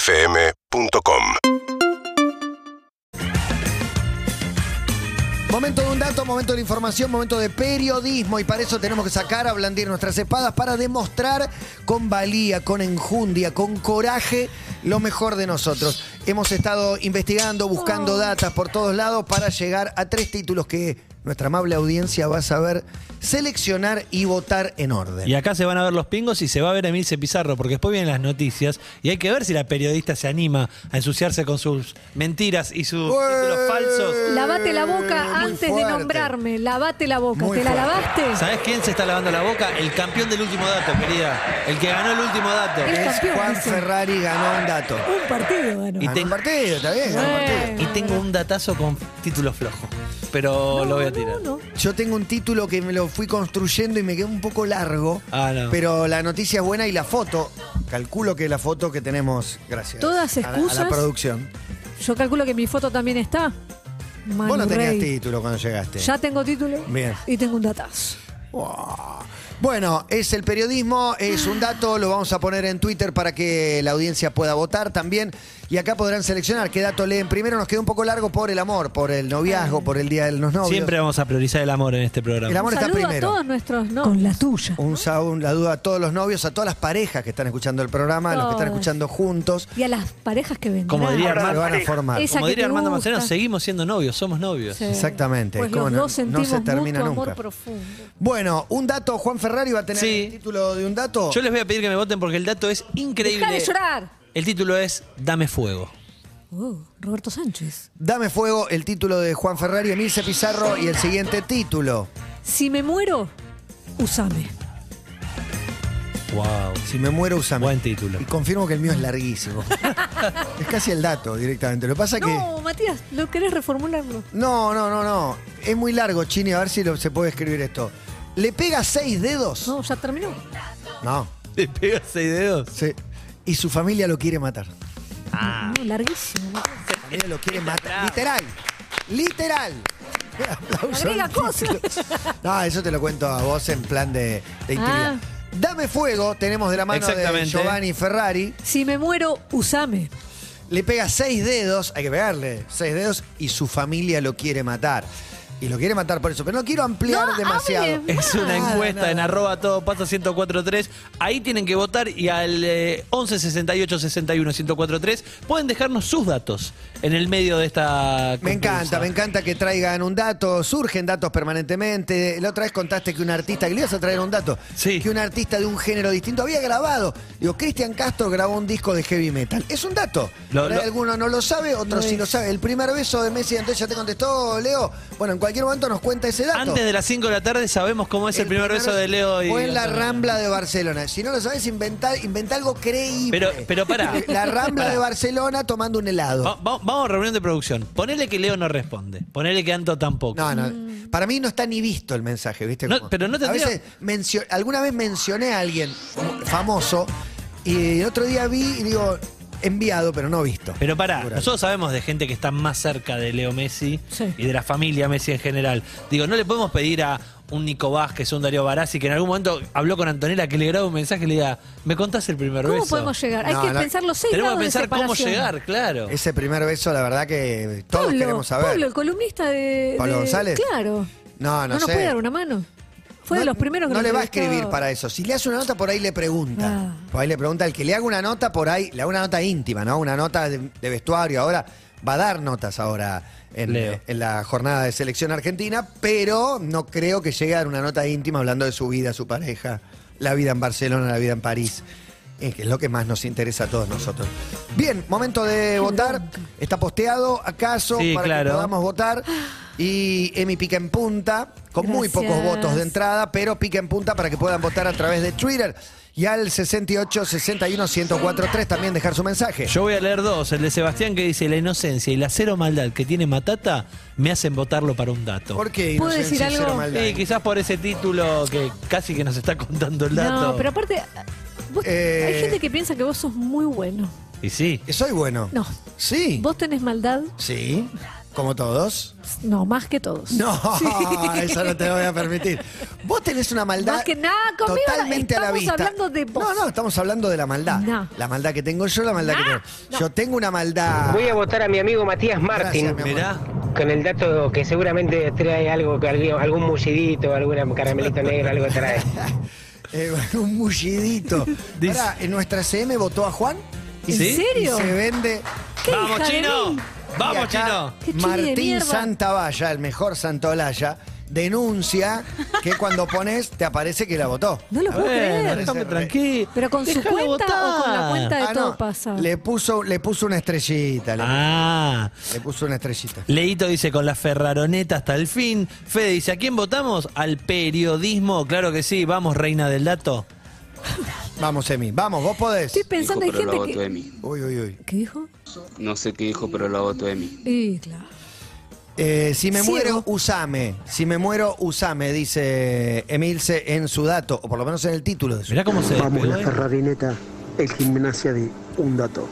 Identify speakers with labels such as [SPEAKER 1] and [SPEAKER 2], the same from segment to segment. [SPEAKER 1] UrbanaPlayFM.com
[SPEAKER 2] Momento de un dato, momento de la información, momento de periodismo y para eso tenemos que sacar a blandir nuestras espadas para demostrar con valía, con enjundia, con coraje lo mejor de nosotros. Hemos estado investigando, buscando datas por todos lados para llegar a tres títulos que nuestra amable audiencia va a saber seleccionar y votar en orden.
[SPEAKER 3] Y acá se van a ver los pingos y se va a ver a Emilce Pizarro, porque después vienen las noticias y hay que ver si la periodista se anima a ensuciarse con sus mentiras y sus títulos falsos.
[SPEAKER 4] Lavate la boca
[SPEAKER 2] Eh, Muy
[SPEAKER 4] antes
[SPEAKER 2] fuerte.
[SPEAKER 4] de nombrarme. Lavate la boca.
[SPEAKER 2] Muy
[SPEAKER 4] ¿Te la
[SPEAKER 2] fuerte.
[SPEAKER 4] lavaste?
[SPEAKER 3] ¿Sabés quién se está lavando la boca? El campeón del último dato, querida. El que ganó el último dato.
[SPEAKER 4] El
[SPEAKER 2] Es
[SPEAKER 4] campeón,
[SPEAKER 2] Juan
[SPEAKER 4] dice.
[SPEAKER 2] Ferrari ganó un dato.
[SPEAKER 4] Un partido ganó. Eh.
[SPEAKER 3] Y
[SPEAKER 2] Ganó
[SPEAKER 3] te-
[SPEAKER 2] un partido, está bien, ganó un
[SPEAKER 4] Bueno.
[SPEAKER 2] partido.
[SPEAKER 3] Y tengo un datazo con título flojo, pero
[SPEAKER 4] No,
[SPEAKER 3] Oh, lo voy a
[SPEAKER 4] no,
[SPEAKER 3] tirar.
[SPEAKER 4] no.
[SPEAKER 2] Yo tengo un título que me lo fui construyendo y me quedó un poco largo.
[SPEAKER 3] Ah, no.
[SPEAKER 2] Pero la noticia es buena y la foto. Calculo que la foto que tenemos, gracias.
[SPEAKER 4] Todas
[SPEAKER 2] a la- A la,
[SPEAKER 4] excusas.
[SPEAKER 2] producción.
[SPEAKER 4] Yo calculo que mi foto también está. Manu
[SPEAKER 2] Vos no tenías
[SPEAKER 4] Rey.
[SPEAKER 2] título cuando llegaste.
[SPEAKER 4] Ya tengo título.
[SPEAKER 2] Bien.
[SPEAKER 4] Y tengo un datazo.
[SPEAKER 2] Wow. Bueno, es el periodismo, es un dato, lo vamos a poner en Twitter para que la audiencia pueda votar también. Y acá podrán seleccionar qué dato leen. Primero nos quedó un poco largo por el amor, por el noviazgo, por el día de los novios.
[SPEAKER 3] Siempre vamos a priorizar el amor en este programa.
[SPEAKER 2] El amor
[SPEAKER 4] Un
[SPEAKER 2] está
[SPEAKER 4] saludo
[SPEAKER 2] primero.
[SPEAKER 4] a todos nuestros no.
[SPEAKER 5] Con la tuya.
[SPEAKER 2] Un saúl, la duda a todos los novios, a todas las parejas que están escuchando el programa, a los que están
[SPEAKER 4] Todas.
[SPEAKER 2] escuchando juntos.
[SPEAKER 4] Y a las parejas que vendrán.
[SPEAKER 3] Como diría
[SPEAKER 2] Ahora lo
[SPEAKER 3] Armando,
[SPEAKER 2] van a formar.
[SPEAKER 4] Esa
[SPEAKER 3] como
[SPEAKER 4] que
[SPEAKER 3] diría
[SPEAKER 4] te
[SPEAKER 3] Armando
[SPEAKER 4] gusta.
[SPEAKER 3] Manzano, seguimos siendo novios, somos novios.
[SPEAKER 4] Sí.
[SPEAKER 2] Exactamente,
[SPEAKER 4] Pues
[SPEAKER 2] ¿cómo
[SPEAKER 4] los
[SPEAKER 2] no?
[SPEAKER 4] dos
[SPEAKER 2] No se
[SPEAKER 4] sentimos
[SPEAKER 2] termina
[SPEAKER 4] mutuo
[SPEAKER 2] nunca.
[SPEAKER 4] amor profundo.
[SPEAKER 2] Bueno, un dato, Juan Ferrari va a tener
[SPEAKER 3] Sí.
[SPEAKER 2] el título de un dato.
[SPEAKER 3] Yo les voy a pedir que me voten porque el dato es increíble.
[SPEAKER 4] Dejá de llorar.
[SPEAKER 3] El título es Dame Fuego.
[SPEAKER 4] Oh, Roberto Sánchez.
[SPEAKER 2] Dame fuego el título de Juan Ferrari, Emilce Pizarro y el siguiente título.
[SPEAKER 4] Si me muero, usame.
[SPEAKER 3] Wow.
[SPEAKER 2] Si me muero, usame.
[SPEAKER 3] Buen título.
[SPEAKER 2] Y confirmo que el mío es larguísimo. es casi el dato directamente. Lo que pasa que.
[SPEAKER 4] No, Matías, ¿lo querés reformularlo?
[SPEAKER 2] No, no, no, no. Es muy largo, Chini, a ver si lo- se puede escribir esto. ¿Le pega seis dedos?
[SPEAKER 4] No, ya terminó.
[SPEAKER 2] No.
[SPEAKER 3] ¿Le pegas seis dedos?
[SPEAKER 2] Sí. Y su familia lo quiere matar.
[SPEAKER 3] Ah.
[SPEAKER 4] No, larguísimo. Matías.
[SPEAKER 2] Su familia lo quiere matar. Literal. Literal. Aplauso
[SPEAKER 4] Agrega
[SPEAKER 2] al título. No, eso te lo cuento a vos en plan de, de intimidad.
[SPEAKER 4] Ah.
[SPEAKER 2] Dame fuego, tenemos de la mano de
[SPEAKER 3] Exactamente.
[SPEAKER 2] Giovanni Ferrari.
[SPEAKER 4] Si me muero, usame.
[SPEAKER 2] Le pega seis dedos, hay que pegarle seis dedos, y su familia lo quiere matar. Y lo quiere matar por eso, pero no quiero ampliar
[SPEAKER 4] No,
[SPEAKER 2] demasiado.
[SPEAKER 4] hable.
[SPEAKER 3] Es una
[SPEAKER 2] Nada,
[SPEAKER 3] encuesta
[SPEAKER 2] nada.
[SPEAKER 3] en arroba todo pasa 1043. Ahí tienen que votar y al eh, 11 68 61 1043 pueden dejarnos sus datos en el medio de esta.
[SPEAKER 2] Me
[SPEAKER 3] concursa.
[SPEAKER 2] encanta, me encanta que traigan un dato, surgen datos permanentemente. La otra vez contaste que un artista, que le ibas a traer un dato,
[SPEAKER 3] Sí.
[SPEAKER 2] que un artista de un género distinto había grabado. Digo, Cristian Castro grabó un disco de heavy metal. Es un dato.
[SPEAKER 3] Lo-
[SPEAKER 2] Por ahí
[SPEAKER 3] lo-
[SPEAKER 2] Alguno no lo sabe, otro sí lo sabe. El primer beso de Messi, entonces ya te contestó, Leo. Bueno, en cualquier momento nos cuenta ese dato.
[SPEAKER 3] Antes de las 5 de la tarde sabemos cómo es el, primer, beso de Leo y.
[SPEAKER 2] O en la Rambla de Barcelona. Si no lo sabes, inventa, inventa algo creíble.
[SPEAKER 3] Pero- pero pará.
[SPEAKER 2] La Rambla
[SPEAKER 3] Pará.
[SPEAKER 2] de Barcelona tomando un helado.
[SPEAKER 3] Va- va- vamos a reunión de producción. Ponele que Leo no responde. Ponele que Anto tampoco.
[SPEAKER 2] No,
[SPEAKER 4] Mm.
[SPEAKER 2] no. Para mí no está ni visto el mensaje, ¿viste?
[SPEAKER 3] No,
[SPEAKER 2] Como-
[SPEAKER 3] pero no tendría-
[SPEAKER 2] A veces mencio- alguna vez mencioné a alguien famoso y el otro día vi y digo, enviado, pero no visto.
[SPEAKER 3] Pero pará,
[SPEAKER 2] Figurado.
[SPEAKER 3] nosotros sabemos de gente que está más cerca de Leo Messi
[SPEAKER 4] Sí.
[SPEAKER 3] y de la familia Messi en general. Digo, no le podemos pedir a un Nico Vázquez, un Darío Barassi, que en algún momento habló con Antonella, que le grabe un mensaje y le diga, ¿me contás el primer
[SPEAKER 4] ¿Cómo
[SPEAKER 3] beso?
[SPEAKER 4] podemos llegar?
[SPEAKER 2] No,
[SPEAKER 4] Hay que
[SPEAKER 2] no.
[SPEAKER 4] pensar los seis
[SPEAKER 3] Tenemos que
[SPEAKER 4] grados de
[SPEAKER 3] pensar cómo
[SPEAKER 4] separación.
[SPEAKER 3] llegar, claro.
[SPEAKER 2] Ese primer beso, la verdad que todos
[SPEAKER 4] Pablo,
[SPEAKER 2] queremos saber.
[SPEAKER 4] Pablo, el columnista de.
[SPEAKER 2] ¿Pablo
[SPEAKER 4] de-
[SPEAKER 2] González?
[SPEAKER 4] Claro.
[SPEAKER 2] No, no
[SPEAKER 4] nos
[SPEAKER 2] sé.
[SPEAKER 4] puede dar una mano. Fue de
[SPEAKER 2] No-
[SPEAKER 4] los primeros que
[SPEAKER 2] No
[SPEAKER 4] lo
[SPEAKER 2] le va a
[SPEAKER 4] entrevistó.
[SPEAKER 2] escribir para eso. Si le hace una nota, por ahí le pregunta.
[SPEAKER 4] Ah.
[SPEAKER 2] Por ahí le pregunta al que le haga una nota, por ahí, le haga una nota íntima, ¿no? Una nota de, de vestuario. Ahora va a dar notas ahora en,
[SPEAKER 3] Leo.
[SPEAKER 2] eh, en la jornada de selección argentina, pero no creo que llegue a dar una nota íntima hablando de su vida, su pareja, la vida en Barcelona, la vida en París. Es que es lo que más nos interesa a todos nosotros. Bien, momento de votar. Está posteado acaso
[SPEAKER 3] Sí,
[SPEAKER 2] para que
[SPEAKER 3] claro.
[SPEAKER 2] podamos votar. Y Emi pica en punta, con muy
[SPEAKER 4] Gracias.
[SPEAKER 2] pocos votos de entrada, pero pica en punta para que puedan votar a través de Twitter y al 68 61 1043 también dejar su mensaje.
[SPEAKER 3] Yo voy a leer dos, el de Sebastián que dice, la inocencia y la cero maldad que tiene Matata me hacen votarlo para un dato.
[SPEAKER 2] ¿Por qué?
[SPEAKER 4] ¿Puedo
[SPEAKER 2] Inocencia
[SPEAKER 4] decir
[SPEAKER 2] y cero
[SPEAKER 4] algo?
[SPEAKER 2] maldad?
[SPEAKER 3] Sí, quizás por ese título que casi que nos está contando el dato.
[SPEAKER 4] No, pero aparte. vos-
[SPEAKER 2] Eh.
[SPEAKER 4] Hay gente que piensa que vos sos muy bueno.
[SPEAKER 3] Y sí.
[SPEAKER 2] Soy bueno.
[SPEAKER 4] No.
[SPEAKER 2] Sí.
[SPEAKER 4] Vos tenés maldad.
[SPEAKER 2] Sí. ¿Como todos?
[SPEAKER 4] No, más que todos.
[SPEAKER 2] No, eso no te lo voy a permitir. Vos tenés una maldad
[SPEAKER 4] Más que nada conmigo,
[SPEAKER 2] totalmente a la
[SPEAKER 4] estamos
[SPEAKER 2] vista.
[SPEAKER 4] hablando de vos.
[SPEAKER 2] No, no, estamos hablando de la maldad.
[SPEAKER 4] No.
[SPEAKER 2] La maldad que tengo yo, la maldad que
[SPEAKER 4] No,
[SPEAKER 2] tengo.
[SPEAKER 4] no.
[SPEAKER 2] Yo tengo una maldad.
[SPEAKER 5] Voy a votar a mi amigo Matías
[SPEAKER 2] Gracias,
[SPEAKER 5] Martín
[SPEAKER 2] mi amor.
[SPEAKER 3] Mirá,
[SPEAKER 5] con el dato que seguramente trae algo, algún mullidito, alguna caramelito negro, algo trae.
[SPEAKER 2] Eh, un mullidito.
[SPEAKER 3] Dice-
[SPEAKER 2] Pará, en nuestra CM votó a Juan y,
[SPEAKER 4] ¿En
[SPEAKER 3] ¿Sí?
[SPEAKER 4] serio?
[SPEAKER 2] se vende.
[SPEAKER 4] ¿Qué
[SPEAKER 3] vamos
[SPEAKER 4] hija de
[SPEAKER 3] chino,
[SPEAKER 4] mil?
[SPEAKER 3] vamos
[SPEAKER 2] Y acá,
[SPEAKER 3] chino.
[SPEAKER 4] Qué chile de
[SPEAKER 2] Martín
[SPEAKER 4] mierda.
[SPEAKER 2] Santavalla, el mejor Santolaya, denuncia que cuando pones te aparece que la votó.
[SPEAKER 4] No lo puedo
[SPEAKER 3] Bueno,
[SPEAKER 4] creer.
[SPEAKER 3] déjame tranquilo.
[SPEAKER 4] Pero con su
[SPEAKER 3] Déjalo
[SPEAKER 4] cuenta o con la
[SPEAKER 3] votar.
[SPEAKER 4] cuenta de
[SPEAKER 2] Ah,
[SPEAKER 4] todo
[SPEAKER 2] no,
[SPEAKER 4] pasa.
[SPEAKER 2] Le puso, le puso una estrellita. Le,
[SPEAKER 3] Ah,
[SPEAKER 2] le puso una estrellita.
[SPEAKER 3] Leito dice con la Ferraroneta hasta el fin. Fede dice, ¿a quién votamos? Al periodismo, claro que sí, vamos, reina del dato.
[SPEAKER 2] Vamos, Emi. Vamos, vos podés.
[SPEAKER 4] Estoy pensando en
[SPEAKER 6] dijo, pero
[SPEAKER 4] gente
[SPEAKER 6] la voto
[SPEAKER 4] que.
[SPEAKER 6] Emi.
[SPEAKER 2] Uy, uy, uy.
[SPEAKER 4] ¿Qué dijo?
[SPEAKER 6] No sé qué dijo, pero la voto Emi.
[SPEAKER 4] Y claro.
[SPEAKER 2] Eh, si me
[SPEAKER 4] Ciego.
[SPEAKER 2] muero, usame. Si me muero, usame, dice Emilce en su dato, o por lo menos en el título de su
[SPEAKER 3] Mirá cómo se
[SPEAKER 7] Vamos,
[SPEAKER 3] despegó,
[SPEAKER 7] la
[SPEAKER 3] ¿eh?
[SPEAKER 7] ferrarineta, el gimnasia de un dato.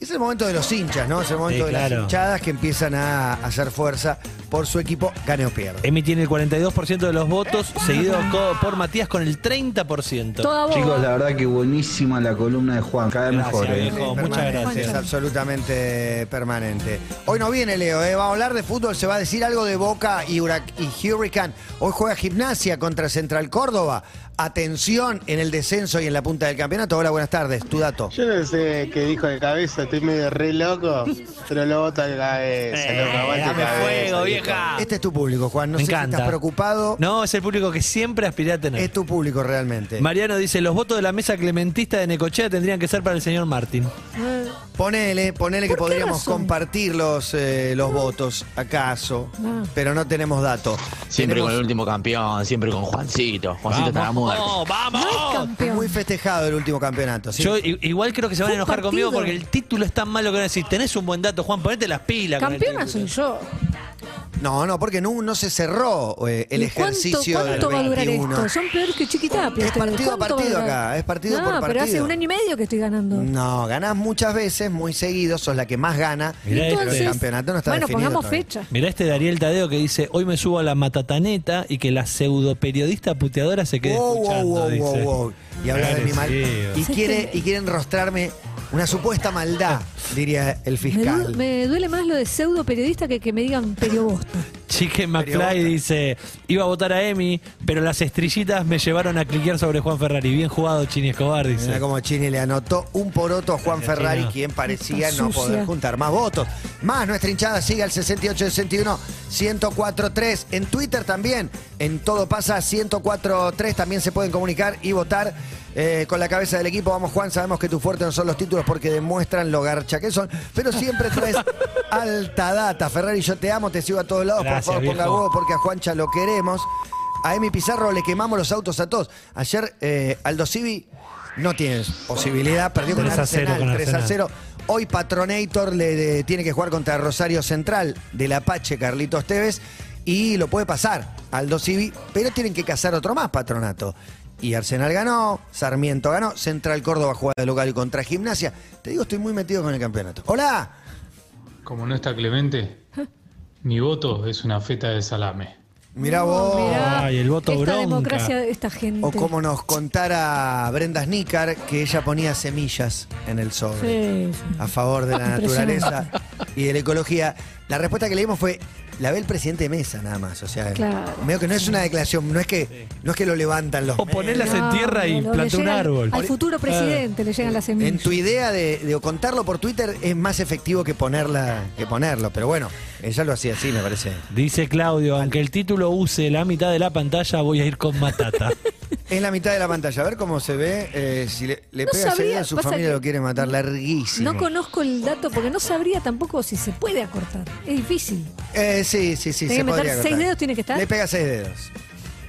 [SPEAKER 2] Es el momento de los hinchas, ¿no? Es el momento
[SPEAKER 3] Sí,
[SPEAKER 2] de las
[SPEAKER 3] claro.
[SPEAKER 2] hinchadas que empiezan a hacer fuerza por su equipo, gane o pierda.
[SPEAKER 3] Emi tiene el 42% de los votos, seguido co- por Matías con el 30%.
[SPEAKER 4] Toda boba.
[SPEAKER 8] Chicos, la verdad que buenísima la columna de Juan, cada vez
[SPEAKER 3] Gracias,
[SPEAKER 8] mejor. ¿eh?
[SPEAKER 3] viejo.
[SPEAKER 2] Es
[SPEAKER 3] muchas
[SPEAKER 2] permanente,
[SPEAKER 3] gracias.
[SPEAKER 2] Es absolutamente permanente. Hoy no viene Leo, ¿eh? va a hablar de fútbol, se va a decir algo de Boca y, Hurac- y Hurricane. Hoy juega Gimnasia contra Central Córdoba. Atención en el descenso y en la punta del campeonato. Hola, buenas tardes. Tu dato.
[SPEAKER 9] Yo no sé qué dijo de cabeza, estoy medio re loco, pero lo bota de
[SPEAKER 10] Eh,
[SPEAKER 9] cabeza, loco,
[SPEAKER 4] Eh,
[SPEAKER 9] aguante
[SPEAKER 3] Eh, dame
[SPEAKER 9] cabeza,
[SPEAKER 3] fuego,
[SPEAKER 9] viejo.
[SPEAKER 3] vieja.
[SPEAKER 2] Este es tu público, Juan. No
[SPEAKER 3] Me
[SPEAKER 2] sé si
[SPEAKER 3] encanta.
[SPEAKER 2] estás preocupado.
[SPEAKER 3] No, es el público que siempre aspiré a tener.
[SPEAKER 2] Es tu público realmente.
[SPEAKER 3] Mariano dice, los votos de la mesa clementista de Necochea tendrían que ser para el señor Martín.
[SPEAKER 4] Ah,
[SPEAKER 2] Ponele, ponele que
[SPEAKER 4] ¿Por qué
[SPEAKER 2] podríamos
[SPEAKER 4] razón?
[SPEAKER 2] compartir los, eh, los votos, acaso,
[SPEAKER 4] No.
[SPEAKER 2] pero no tenemos dato.
[SPEAKER 11] Siempre
[SPEAKER 2] Tenemos-
[SPEAKER 11] con el último campeón, siempre con Juancito. Juancito está la muerte.
[SPEAKER 3] ¡Vamos, vamos!
[SPEAKER 4] campeón.
[SPEAKER 2] Muy festejado el último campeonato. ¿sí?
[SPEAKER 3] Yo i- igual creo que se van a
[SPEAKER 4] Fue un
[SPEAKER 3] enojar conmigo
[SPEAKER 4] partido.
[SPEAKER 3] porque el título es tan malo que van a decir, tenés un buen dato, Juan, ponete las pilas. con el
[SPEAKER 4] Campeona
[SPEAKER 3] título".
[SPEAKER 4] Eh, soy yo.
[SPEAKER 2] No, no, porque no, no se cerró eh, el
[SPEAKER 4] ¿Y cuánto-
[SPEAKER 2] ejercicio
[SPEAKER 4] ¿Cuánto
[SPEAKER 2] del
[SPEAKER 4] va a durar
[SPEAKER 2] 21.
[SPEAKER 4] esto? Son peores que Chiquitapia.
[SPEAKER 2] Es
[SPEAKER 4] ustedes.
[SPEAKER 2] partido a
[SPEAKER 4] ¿Cuánto
[SPEAKER 2] partido
[SPEAKER 4] va a durar?
[SPEAKER 2] acá, es partido
[SPEAKER 4] no,
[SPEAKER 2] por
[SPEAKER 4] pero hace
[SPEAKER 2] partido. Mm.
[SPEAKER 4] un año y medio que estoy ganando.
[SPEAKER 2] No, ganás muchas veces, muy seguido, sos la que más gana.
[SPEAKER 3] Mirá
[SPEAKER 2] pero
[SPEAKER 3] este.
[SPEAKER 2] el campeonato no está
[SPEAKER 4] bueno,
[SPEAKER 2] definido.
[SPEAKER 4] pongamos
[SPEAKER 2] todavía.
[SPEAKER 4] fecha.
[SPEAKER 3] Mirá este Dariel Tadeo que dice, hoy me subo a la matataneta y que la pseudo periodista puteadora se quede
[SPEAKER 2] Wow, wow,
[SPEAKER 3] escuchando.
[SPEAKER 2] wow, wow,
[SPEAKER 3] dice.
[SPEAKER 2] wow. Y habla de mi mal.
[SPEAKER 3] Agresivo.
[SPEAKER 2] Y quiere, y quiere enrostrarme una supuesta maldad, diría el
[SPEAKER 4] Me,
[SPEAKER 2] fiscal.
[SPEAKER 4] du- me duele más lo de pseudo periodista que que me digan periobosta.
[SPEAKER 3] Chicken McFly dice, iba a votar a Emi, pero las estrellitas me llevaron a cliquear sobre Juan Ferrari. Bien jugado, Chini Escobar,
[SPEAKER 2] Mira
[SPEAKER 3] dice.
[SPEAKER 2] como Chini le anotó un poroto a Juan Ferrari, quien parecía
[SPEAKER 4] Está
[SPEAKER 2] no poder
[SPEAKER 4] sucia.
[SPEAKER 2] juntar más votos. Más nuestra hinchada sigue al 6861 1043 en Twitter también. En todo pasa 1043 también se pueden comunicar y votar eh, con la cabeza del equipo. Vamos Juan, sabemos que tu fuerte no son los títulos porque demuestran lo garcha que son, pero siempre traes alta data. Ferrari, yo te amo, te sigo a todos lados.
[SPEAKER 3] Gracias,
[SPEAKER 2] Por favor, ponga
[SPEAKER 3] viejo.
[SPEAKER 2] huevo porque a Juancha lo queremos. A Emi Pizarro le quemamos los autos a todos. Ayer eh, Aldo Civi no tiene posibilidad, perdió con
[SPEAKER 3] 3 a 0
[SPEAKER 2] Arsenal
[SPEAKER 3] con
[SPEAKER 2] 3 a
[SPEAKER 3] Arsenal.
[SPEAKER 2] 0. Hoy Patronator le de- tiene que jugar contra Rosario Central del Apache Carlitos Tevez y lo puede pasar Aldo Civi, pero tienen que cazar otro más Patronato. Y Arsenal ganó, Sarmiento ganó, Central Córdoba juega de local contra Gimnasia. Te digo, estoy muy metido con el campeonato. ¡Hola!
[SPEAKER 12] Como no está Clemente, mi voto es una feta de salame.
[SPEAKER 2] Mirá
[SPEAKER 4] No,
[SPEAKER 2] vos.
[SPEAKER 4] mirá.
[SPEAKER 3] Ay, el voto
[SPEAKER 4] Esta
[SPEAKER 3] bronca.
[SPEAKER 4] democracia de esta gente.
[SPEAKER 2] O como nos contara Brenda Snicker que ella ponía semillas en el sobre
[SPEAKER 4] Sí, sí.
[SPEAKER 2] a favor de la
[SPEAKER 4] Impresionante.
[SPEAKER 2] naturaleza y de la ecología. La respuesta que le dimos fue la ve el presidente de mesa nada más, o sea,
[SPEAKER 4] Claro.
[SPEAKER 2] medio que no es una declaración, no es que no es que lo levantan los
[SPEAKER 3] O
[SPEAKER 2] medios.
[SPEAKER 3] ponerlas en tierra y
[SPEAKER 4] No, le
[SPEAKER 3] planta un
[SPEAKER 4] llega al-
[SPEAKER 3] árbol. Eh.
[SPEAKER 4] Al futuro presidente le llegan las
[SPEAKER 2] En
[SPEAKER 4] semillas.
[SPEAKER 2] tu idea de, de contarlo por Twitter es más efectivo que ponerla que ponerlo, pero bueno, ella lo hacía así, me parece.
[SPEAKER 3] Dice Claudio, aunque el título use la mitad de la pantalla, voy a ir con Matata.
[SPEAKER 2] Es la mitad de la pantalla, a ver cómo se ve, eh, si le, le
[SPEAKER 4] No
[SPEAKER 2] pega ese
[SPEAKER 4] sabría,
[SPEAKER 2] dedo, su
[SPEAKER 4] pasa
[SPEAKER 2] familia
[SPEAKER 4] que
[SPEAKER 2] lo quiere matar larguísimo.
[SPEAKER 4] No conozco el dato porque no sabría tampoco si se puede acortar. Es difícil.
[SPEAKER 2] Eh, sí, sí, sí.
[SPEAKER 4] Tiene
[SPEAKER 2] se
[SPEAKER 4] que meter
[SPEAKER 2] podría
[SPEAKER 4] seis
[SPEAKER 2] cortar.
[SPEAKER 4] dedos, tiene que estar.
[SPEAKER 2] Le pega seis dedos.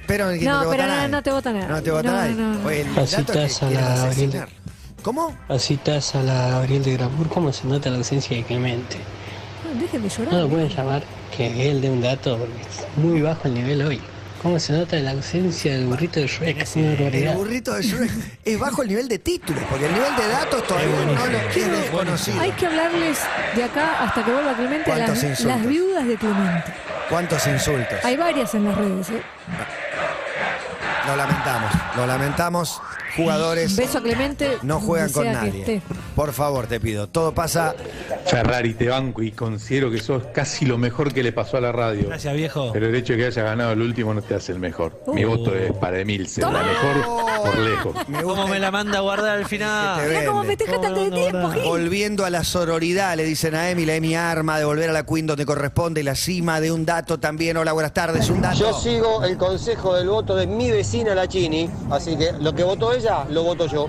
[SPEAKER 2] Pero, que
[SPEAKER 4] No,
[SPEAKER 2] te vota
[SPEAKER 4] pero no,
[SPEAKER 2] nadie.
[SPEAKER 4] no te vota nadie.
[SPEAKER 2] No te vota
[SPEAKER 4] No,
[SPEAKER 2] nadie.
[SPEAKER 4] no, no.
[SPEAKER 2] Oye, el
[SPEAKER 5] Así
[SPEAKER 2] dato es que
[SPEAKER 5] estás a
[SPEAKER 2] quieren
[SPEAKER 5] la
[SPEAKER 2] asesinar. ¿Cómo?
[SPEAKER 5] Así estás a la Gabriel de Grabur, ¿cómo se nota la ausencia de Clemente?
[SPEAKER 4] No, dejen de llorar. ¿eh?
[SPEAKER 5] No lo pueden llamar que él dé un dato porque es muy bajo el nivel hoy.
[SPEAKER 13] ¿Cómo se nota la ausencia del burrito de Shrek? Una
[SPEAKER 2] El
[SPEAKER 13] barbaridad.
[SPEAKER 2] burrito de Shrek es bajo el nivel de títulos, porque el nivel de datos todavía no lo tiene desconocido.
[SPEAKER 4] Hay que hablarles de acá hasta que vuelva Clemente a
[SPEAKER 2] ¿Cuántos
[SPEAKER 4] las,
[SPEAKER 2] insultos?
[SPEAKER 4] las viudas de Clemente.
[SPEAKER 2] ¿Cuántos insultos?
[SPEAKER 4] Hay varias en las redes. ¿eh?
[SPEAKER 2] Lo lamentamos, lo lamentamos. Jugadores
[SPEAKER 4] Beso a Clemente.
[SPEAKER 2] no juegan
[SPEAKER 4] donde
[SPEAKER 2] con
[SPEAKER 4] sea que este.
[SPEAKER 2] nadie.
[SPEAKER 4] esté.
[SPEAKER 2] Por favor, te pido. Todo pasa.
[SPEAKER 12] Ferrari, te banco y considero que sos casi lo mejor que le pasó a la radio.
[SPEAKER 3] Gracias, viejo.
[SPEAKER 12] Pero el hecho de que haya ganado el último no te hace el mejor. Mi
[SPEAKER 3] Uh.
[SPEAKER 12] voto es para Emilce, la mejor por lejos.
[SPEAKER 3] ¿Cómo me la manda a guardar al final?
[SPEAKER 2] Mirá cómo vende.
[SPEAKER 4] festejaste antes de tiempo, Gil.
[SPEAKER 2] Volviendo a la sororidad, le dicen a Emi, la Emi arma de volver a la Queen donde corresponde, y la cima de un dato también. Hola, buenas tardes, un dato.
[SPEAKER 14] Yo sigo el consejo del voto de mi vecina, la Chini, así que lo que votó ella, lo voto yo.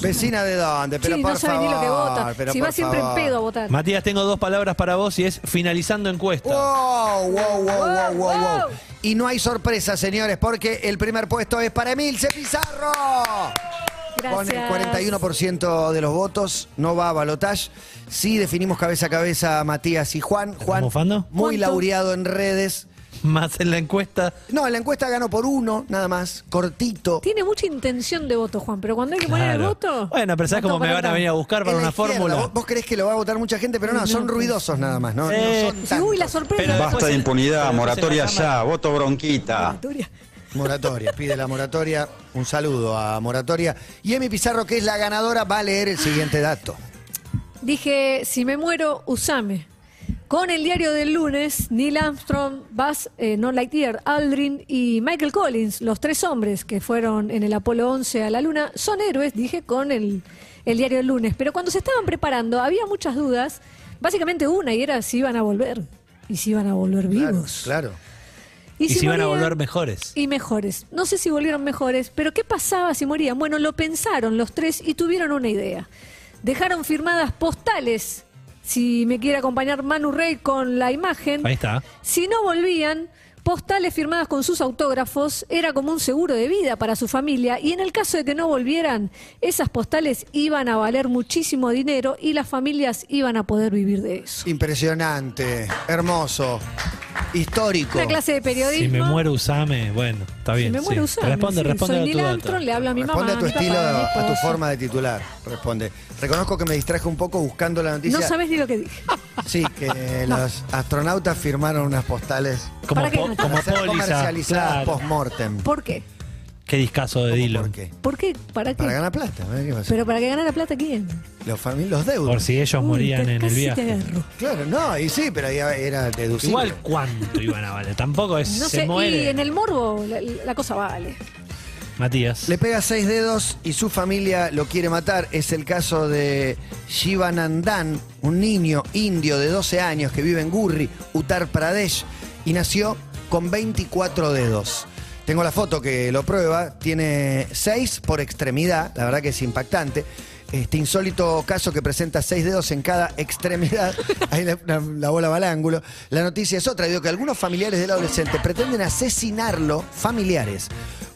[SPEAKER 2] Vecina de dónde, pero
[SPEAKER 4] Sí,
[SPEAKER 2] por
[SPEAKER 4] no sabe ni lo que
[SPEAKER 2] favor,
[SPEAKER 4] vota.
[SPEAKER 2] pero
[SPEAKER 4] Si va
[SPEAKER 2] por
[SPEAKER 4] siempre en
[SPEAKER 2] favor.
[SPEAKER 4] pedo a votar.
[SPEAKER 3] Matías, tengo dos palabras para vos y es finalizando encuesta.
[SPEAKER 2] Oh. Wow, wow, wow, wow, wow, wow.
[SPEAKER 4] wow.
[SPEAKER 2] Y no hay sorpresa, señores, porque el primer puesto es para Emilce Pizarro. Con el
[SPEAKER 4] Gracias.
[SPEAKER 2] 41% de los votos, no va a balotage. Sí definimos cabeza a cabeza a Matías y Juan. Juan,
[SPEAKER 3] mofando?
[SPEAKER 2] muy
[SPEAKER 4] ¿Cuánto?
[SPEAKER 2] laureado en redes.
[SPEAKER 3] Más en la encuesta.
[SPEAKER 2] No, en la encuesta ganó por uno, nada más, cortito.
[SPEAKER 4] Tiene mucha intención de voto, Juan, pero cuando hay que poner el
[SPEAKER 3] Claro.
[SPEAKER 4] voto.
[SPEAKER 3] Bueno, pero ¿sabes
[SPEAKER 4] no
[SPEAKER 3] cómo me
[SPEAKER 4] toca
[SPEAKER 3] van a
[SPEAKER 4] nada.
[SPEAKER 3] venir a buscar para
[SPEAKER 2] En la
[SPEAKER 3] una
[SPEAKER 2] izquierda,
[SPEAKER 3] fórmula?
[SPEAKER 2] ¿Vos, vos creés que lo va a votar mucha gente, pero no,
[SPEAKER 4] No,
[SPEAKER 2] son
[SPEAKER 4] no. pues.
[SPEAKER 2] ruidosos nada más, ¿no? No
[SPEAKER 3] Eh,
[SPEAKER 2] son
[SPEAKER 4] Sí, uy, la
[SPEAKER 2] tantos.
[SPEAKER 4] sorpresa.
[SPEAKER 3] Pero-
[SPEAKER 10] Basta de impunidad,
[SPEAKER 3] después en la
[SPEAKER 10] moratoria
[SPEAKER 3] Cámara.
[SPEAKER 10] ya, voto bronquita.
[SPEAKER 4] Victoria.
[SPEAKER 2] Moratoria, pide la moratoria. Un saludo a Moratoria. Y Emi Pizarro, que es la ganadora, va a leer el siguiente dato.
[SPEAKER 4] Dije, si me muero, usame. Con el diario del lunes, Neil Armstrong, Buzz, eh, No Lightyear, Aldrin y Michael Collins, los tres hombres que fueron en el Apolo 11 a la Luna, son héroes, dije, con el, el diario del lunes. Pero cuando se estaban preparando había muchas dudas, básicamente una, y era si iban a volver, y si iban a volver vivos.
[SPEAKER 2] Claro.
[SPEAKER 3] Y si van a
[SPEAKER 4] morían,
[SPEAKER 3] volver mejores.
[SPEAKER 4] Y mejores. No sé si volvieron mejores, pero ¿qué pasaba si morían? Bueno, lo pensaron los tres y tuvieron una idea. Dejaron firmadas postales. Si me quiere acompañar Manu Rey con la imagen.
[SPEAKER 3] Ahí está.
[SPEAKER 4] Si no volvían, postales firmadas con sus autógrafos era como un seguro de vida para su familia y en el caso de que no volvieran, esas postales iban a valer muchísimo dinero y las familias iban a poder vivir de eso.
[SPEAKER 2] Impresionante, hermoso, histórico.
[SPEAKER 4] Una clase de periodismo.
[SPEAKER 3] Si me muero, usame. Bueno, está bien.
[SPEAKER 4] Si me
[SPEAKER 3] sí.
[SPEAKER 4] muero, usame.
[SPEAKER 3] Responde,
[SPEAKER 4] Sí,
[SPEAKER 3] responde
[SPEAKER 4] soy
[SPEAKER 3] a
[SPEAKER 4] Neil
[SPEAKER 3] tu dato.
[SPEAKER 4] Armstrong, le hablo a mi
[SPEAKER 2] Responde
[SPEAKER 4] mamá,
[SPEAKER 2] a tu
[SPEAKER 4] mi papá,
[SPEAKER 2] estilo,
[SPEAKER 4] mi
[SPEAKER 2] a tu
[SPEAKER 4] esposo.
[SPEAKER 2] forma de titular. Responde. Reconozco que me distraje un poco buscando la noticia.
[SPEAKER 4] No sabes ni lo que dije. Ah,
[SPEAKER 2] Sí, que los astronautas firmaron unas postales
[SPEAKER 3] Como,
[SPEAKER 4] ¿Para qué?
[SPEAKER 3] po- como
[SPEAKER 2] para ser
[SPEAKER 3] póliza.
[SPEAKER 2] comercializadas
[SPEAKER 3] claro.
[SPEAKER 2] post-mortem.
[SPEAKER 4] ¿Por qué?
[SPEAKER 3] Qué discazo de Dilo.
[SPEAKER 2] ¿Por qué?
[SPEAKER 4] ¿Por qué? ¿Para qué?
[SPEAKER 2] Para ganar plata. ¿eh? ¿Qué pasa?
[SPEAKER 4] Pero para que ganara plata, ¿quién?
[SPEAKER 2] los, fami- los deudos.
[SPEAKER 3] Por si ellos
[SPEAKER 4] Uy,
[SPEAKER 3] morían
[SPEAKER 4] te-
[SPEAKER 3] en el
[SPEAKER 4] casi te
[SPEAKER 3] viaje.
[SPEAKER 4] agarro.
[SPEAKER 2] Claro, no, y sí, pero ahí era deducible.
[SPEAKER 3] Igual cuánto iban a valer. Tampoco es.
[SPEAKER 4] No
[SPEAKER 3] se
[SPEAKER 4] sé,
[SPEAKER 3] muere.
[SPEAKER 4] y en el morbo la, la cosa vale.
[SPEAKER 3] Matías.
[SPEAKER 2] Le pega seis dedos y su familia lo quiere matar. Es el caso de Shivanandan, un niño indio de 12 años que vive en Gurri, Uttar Pradesh, y nació con 24 dedos. Tengo la foto que lo prueba, tiene seis por extremidad, la verdad que es impactante. Este insólito caso que presenta seis dedos en cada extremidad. Ahí la, la- la bola va al ángulo. La noticia es otra. Digo que algunos familiares del adolescente pretenden asesinarlo, familiares,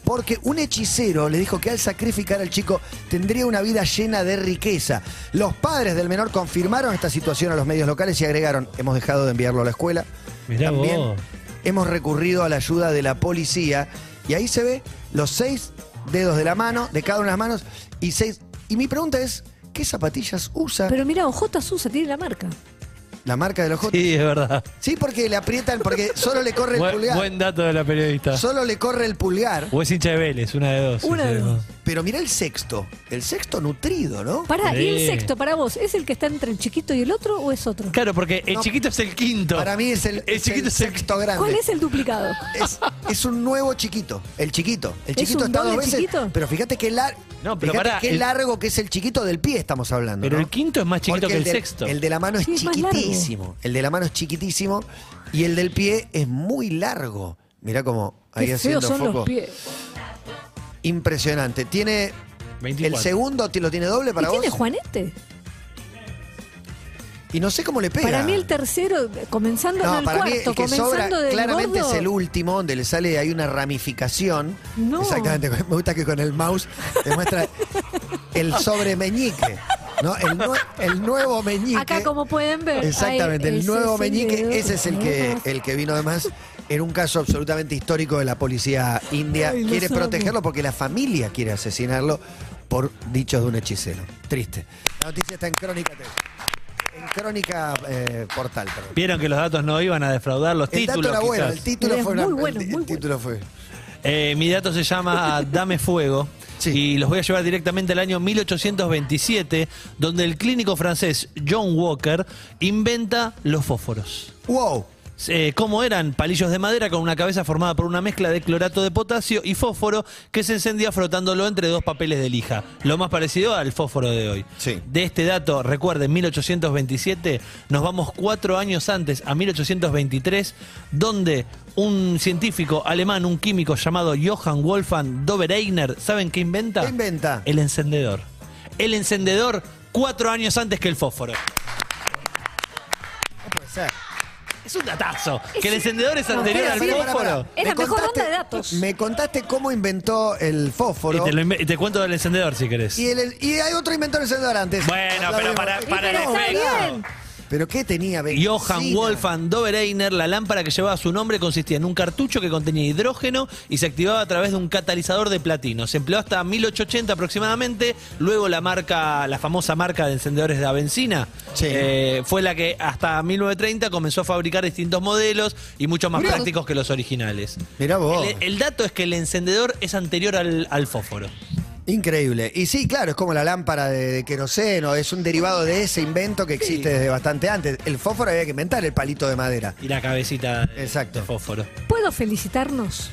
[SPEAKER 2] porque un hechicero le dijo que al sacrificar al chico tendría una vida llena de riqueza. Los padres del menor confirmaron esta situación a los medios locales y agregaron, hemos dejado de enviarlo a la escuela.
[SPEAKER 3] Mirá
[SPEAKER 2] También
[SPEAKER 3] vos.
[SPEAKER 2] hemos recurrido a la ayuda de la policía y ahí se ve los seis dedos de la mano, de cada una de las manos, y seis... Y mi pregunta es, ¿qué zapatillas usa
[SPEAKER 4] Pero mira, Ojota Susa tiene la marca.
[SPEAKER 2] la marca de los Jotos?
[SPEAKER 3] Sí, es verdad.
[SPEAKER 2] Sí, porque le aprietan, porque solo le corre el
[SPEAKER 3] Buen,
[SPEAKER 2] pulgar.
[SPEAKER 3] buen dato de la periodista.
[SPEAKER 2] Solo le corre el pulgar.
[SPEAKER 3] O es hincha de Vélez, una de dos.
[SPEAKER 4] Una
[SPEAKER 3] sí,
[SPEAKER 4] de
[SPEAKER 3] sí.
[SPEAKER 4] dos.
[SPEAKER 2] Pero mirá el sexto, el sexto nutrido, ¿no?
[SPEAKER 4] Pará, ¿y el
[SPEAKER 3] Sí.
[SPEAKER 4] sexto para vos? ¿Es el que está entre el chiquito y el otro o es otro?
[SPEAKER 3] Claro, porque el
[SPEAKER 2] No.
[SPEAKER 3] chiquito es el quinto.
[SPEAKER 2] Para mí es el,
[SPEAKER 3] El
[SPEAKER 2] es el
[SPEAKER 3] chiquito es el-
[SPEAKER 2] sexto grande.
[SPEAKER 4] ¿Cuál es el duplicado?
[SPEAKER 2] Es, es un nuevo chiquito, el chiquito. El
[SPEAKER 4] ¿Es
[SPEAKER 2] chiquito
[SPEAKER 4] un
[SPEAKER 2] está dos
[SPEAKER 4] doble
[SPEAKER 2] veces.
[SPEAKER 4] chiquito?
[SPEAKER 2] Pero fíjate qué, lar-
[SPEAKER 3] No, pero
[SPEAKER 2] fíjate
[SPEAKER 3] pará,
[SPEAKER 2] qué
[SPEAKER 3] el-
[SPEAKER 2] largo que es el chiquito del pie, estamos hablando.
[SPEAKER 3] Pero
[SPEAKER 2] ¿no?
[SPEAKER 3] el quinto es más chiquito
[SPEAKER 2] Porque
[SPEAKER 3] que el
[SPEAKER 2] del-
[SPEAKER 3] sexto.
[SPEAKER 2] El de la mano es
[SPEAKER 4] Sí, es más largo.
[SPEAKER 2] chiquitísimo. El de la mano es chiquitísimo y el del pie es muy largo. Mirá cómo ahí
[SPEAKER 4] Qué
[SPEAKER 2] haciendo
[SPEAKER 4] feos son
[SPEAKER 2] foco.
[SPEAKER 4] los pies.
[SPEAKER 2] Impresionante. Tiene.
[SPEAKER 3] 24.
[SPEAKER 2] El segundo te- lo tiene doble
[SPEAKER 4] ¿Y
[SPEAKER 2] para vos.
[SPEAKER 4] tiene Juanete?
[SPEAKER 2] Y no sé cómo le pega.
[SPEAKER 4] Para mí el tercero, comenzando
[SPEAKER 2] No,
[SPEAKER 4] en el
[SPEAKER 2] para mí
[SPEAKER 4] cuarto,
[SPEAKER 2] el que sobra
[SPEAKER 4] comenzando del
[SPEAKER 2] claramente
[SPEAKER 4] gordo,
[SPEAKER 2] es el último, donde le sale hay una ramificación.
[SPEAKER 4] No.
[SPEAKER 2] Exactamente, me gusta que con el mouse te muestra el sobre meñique, ¿no? El, nue- el nuevo meñique.
[SPEAKER 4] Acá como pueden ver.
[SPEAKER 2] Exactamente,
[SPEAKER 4] ahí,
[SPEAKER 2] el
[SPEAKER 4] ese Ah,
[SPEAKER 2] nuevo
[SPEAKER 4] es el
[SPEAKER 2] meñique,
[SPEAKER 4] dedo.
[SPEAKER 2] ese es el que, el que vino además. en un caso absolutamente histórico de la policía india.
[SPEAKER 10] Ay, los
[SPEAKER 2] quiere
[SPEAKER 10] amo.
[SPEAKER 2] protegerlo porque la familia quiere asesinarlo por dichos de un hechicero. Triste. La noticia está en Crónica TV. En Crónica eh, Portal, perdón.
[SPEAKER 3] Vieron que los datos no iban a defraudar los
[SPEAKER 2] El
[SPEAKER 3] títulos.
[SPEAKER 2] dato era bueno,
[SPEAKER 3] quizás.
[SPEAKER 2] el título
[SPEAKER 4] Era
[SPEAKER 2] fue una-
[SPEAKER 4] muy bueno,
[SPEAKER 2] el-
[SPEAKER 4] muy
[SPEAKER 2] el título fue.
[SPEAKER 3] Eh, mi dato se llama Dame Fuego. Y los voy a llevar directamente al año 1827, donde el clínico francés John Walker inventa los fósforos.
[SPEAKER 2] ¡Wow!
[SPEAKER 3] Eh, ¿Cómo eran? Palillos de madera con una cabeza formada por una mezcla de clorato de potasio y fósforo que se encendía frotándolo entre dos papeles de lija. Lo más parecido al fósforo de hoy. De este dato, recuerden, 1827, nos vamos cuatro años antes, a 1823, donde un científico alemán, un químico llamado Johann Wolfgang Dobereiner, ¿saben qué inventa? ¿Qué
[SPEAKER 2] inventa?
[SPEAKER 3] El encendedor. El encendedor cuatro años antes que el fósforo.
[SPEAKER 2] Puede ser.
[SPEAKER 3] Es un datazo. Que el encendedor es
[SPEAKER 2] No,
[SPEAKER 3] anterior
[SPEAKER 2] espera,
[SPEAKER 3] al
[SPEAKER 2] espera, pará,
[SPEAKER 3] fósforo.
[SPEAKER 2] pará. Me contaste- Me contaste cómo inventó el
[SPEAKER 3] Y
[SPEAKER 2] fósforo.
[SPEAKER 3] te, lo inve- y te cuento del encendedor si querés.
[SPEAKER 2] Y, el- el- y hay otro inventor encendedor antes.
[SPEAKER 3] Bueno, pero para- para el
[SPEAKER 2] No,
[SPEAKER 3] efecto.
[SPEAKER 2] pará. ¿Pero qué tenía?
[SPEAKER 3] Johann Wolfgang Dobereiner, la lámpara que llevaba su nombre consistía en un cartucho que contenía hidrógeno y se activaba a través de un catalizador de platino. Se empleó hasta 1880 aproximadamente. Luego la marca, la famosa marca de encendedores de Avencina, eh, fue la que hasta 1930 comenzó a fabricar distintos modelos y mucho más
[SPEAKER 2] Mirá.
[SPEAKER 3] prácticos que los originales.
[SPEAKER 2] Mirá vos.
[SPEAKER 3] El, el dato es que el encendedor es anterior al, al fósforo.
[SPEAKER 2] Increíble. Y sí, claro, es como la lámpara de, de queroseno, es un derivado de ese invento que existe desde bastante antes. El fósforo había que inventar el palito de madera.
[SPEAKER 3] Y la cabecita de, de fósforo.
[SPEAKER 4] ¿Puedo felicitarnos?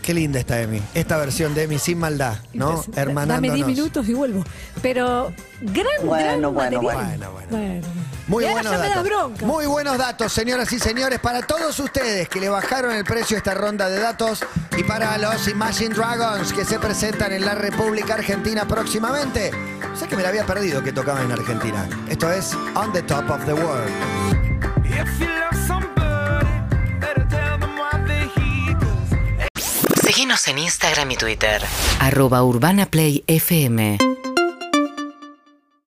[SPEAKER 2] Qué linda esta Emi, esta versión de Emi sin maldad, ¿no?
[SPEAKER 4] Entonces, da- Dame 10
[SPEAKER 2] Hermanándonos.
[SPEAKER 4] minutos y vuelvo. Pero, gran,
[SPEAKER 2] Bueno,
[SPEAKER 4] gran
[SPEAKER 2] bueno,
[SPEAKER 4] material.
[SPEAKER 2] bueno, bueno.
[SPEAKER 4] Y
[SPEAKER 2] Muy
[SPEAKER 4] ahora
[SPEAKER 2] buenos
[SPEAKER 4] ya me das
[SPEAKER 2] datos.
[SPEAKER 4] bronca.
[SPEAKER 2] Muy buenos datos, señoras y señores, para todos ustedes que le bajaron el precio a esta ronda de datos y para los Imagine Dragons que se presentan en la República Argentina próximamente. Sé que me la había perdido que tocaba en Argentina. Esto es On the Top of the World.
[SPEAKER 15] Seguinos en Instagram y Twitter.
[SPEAKER 16] Arroba Urbana Play FM.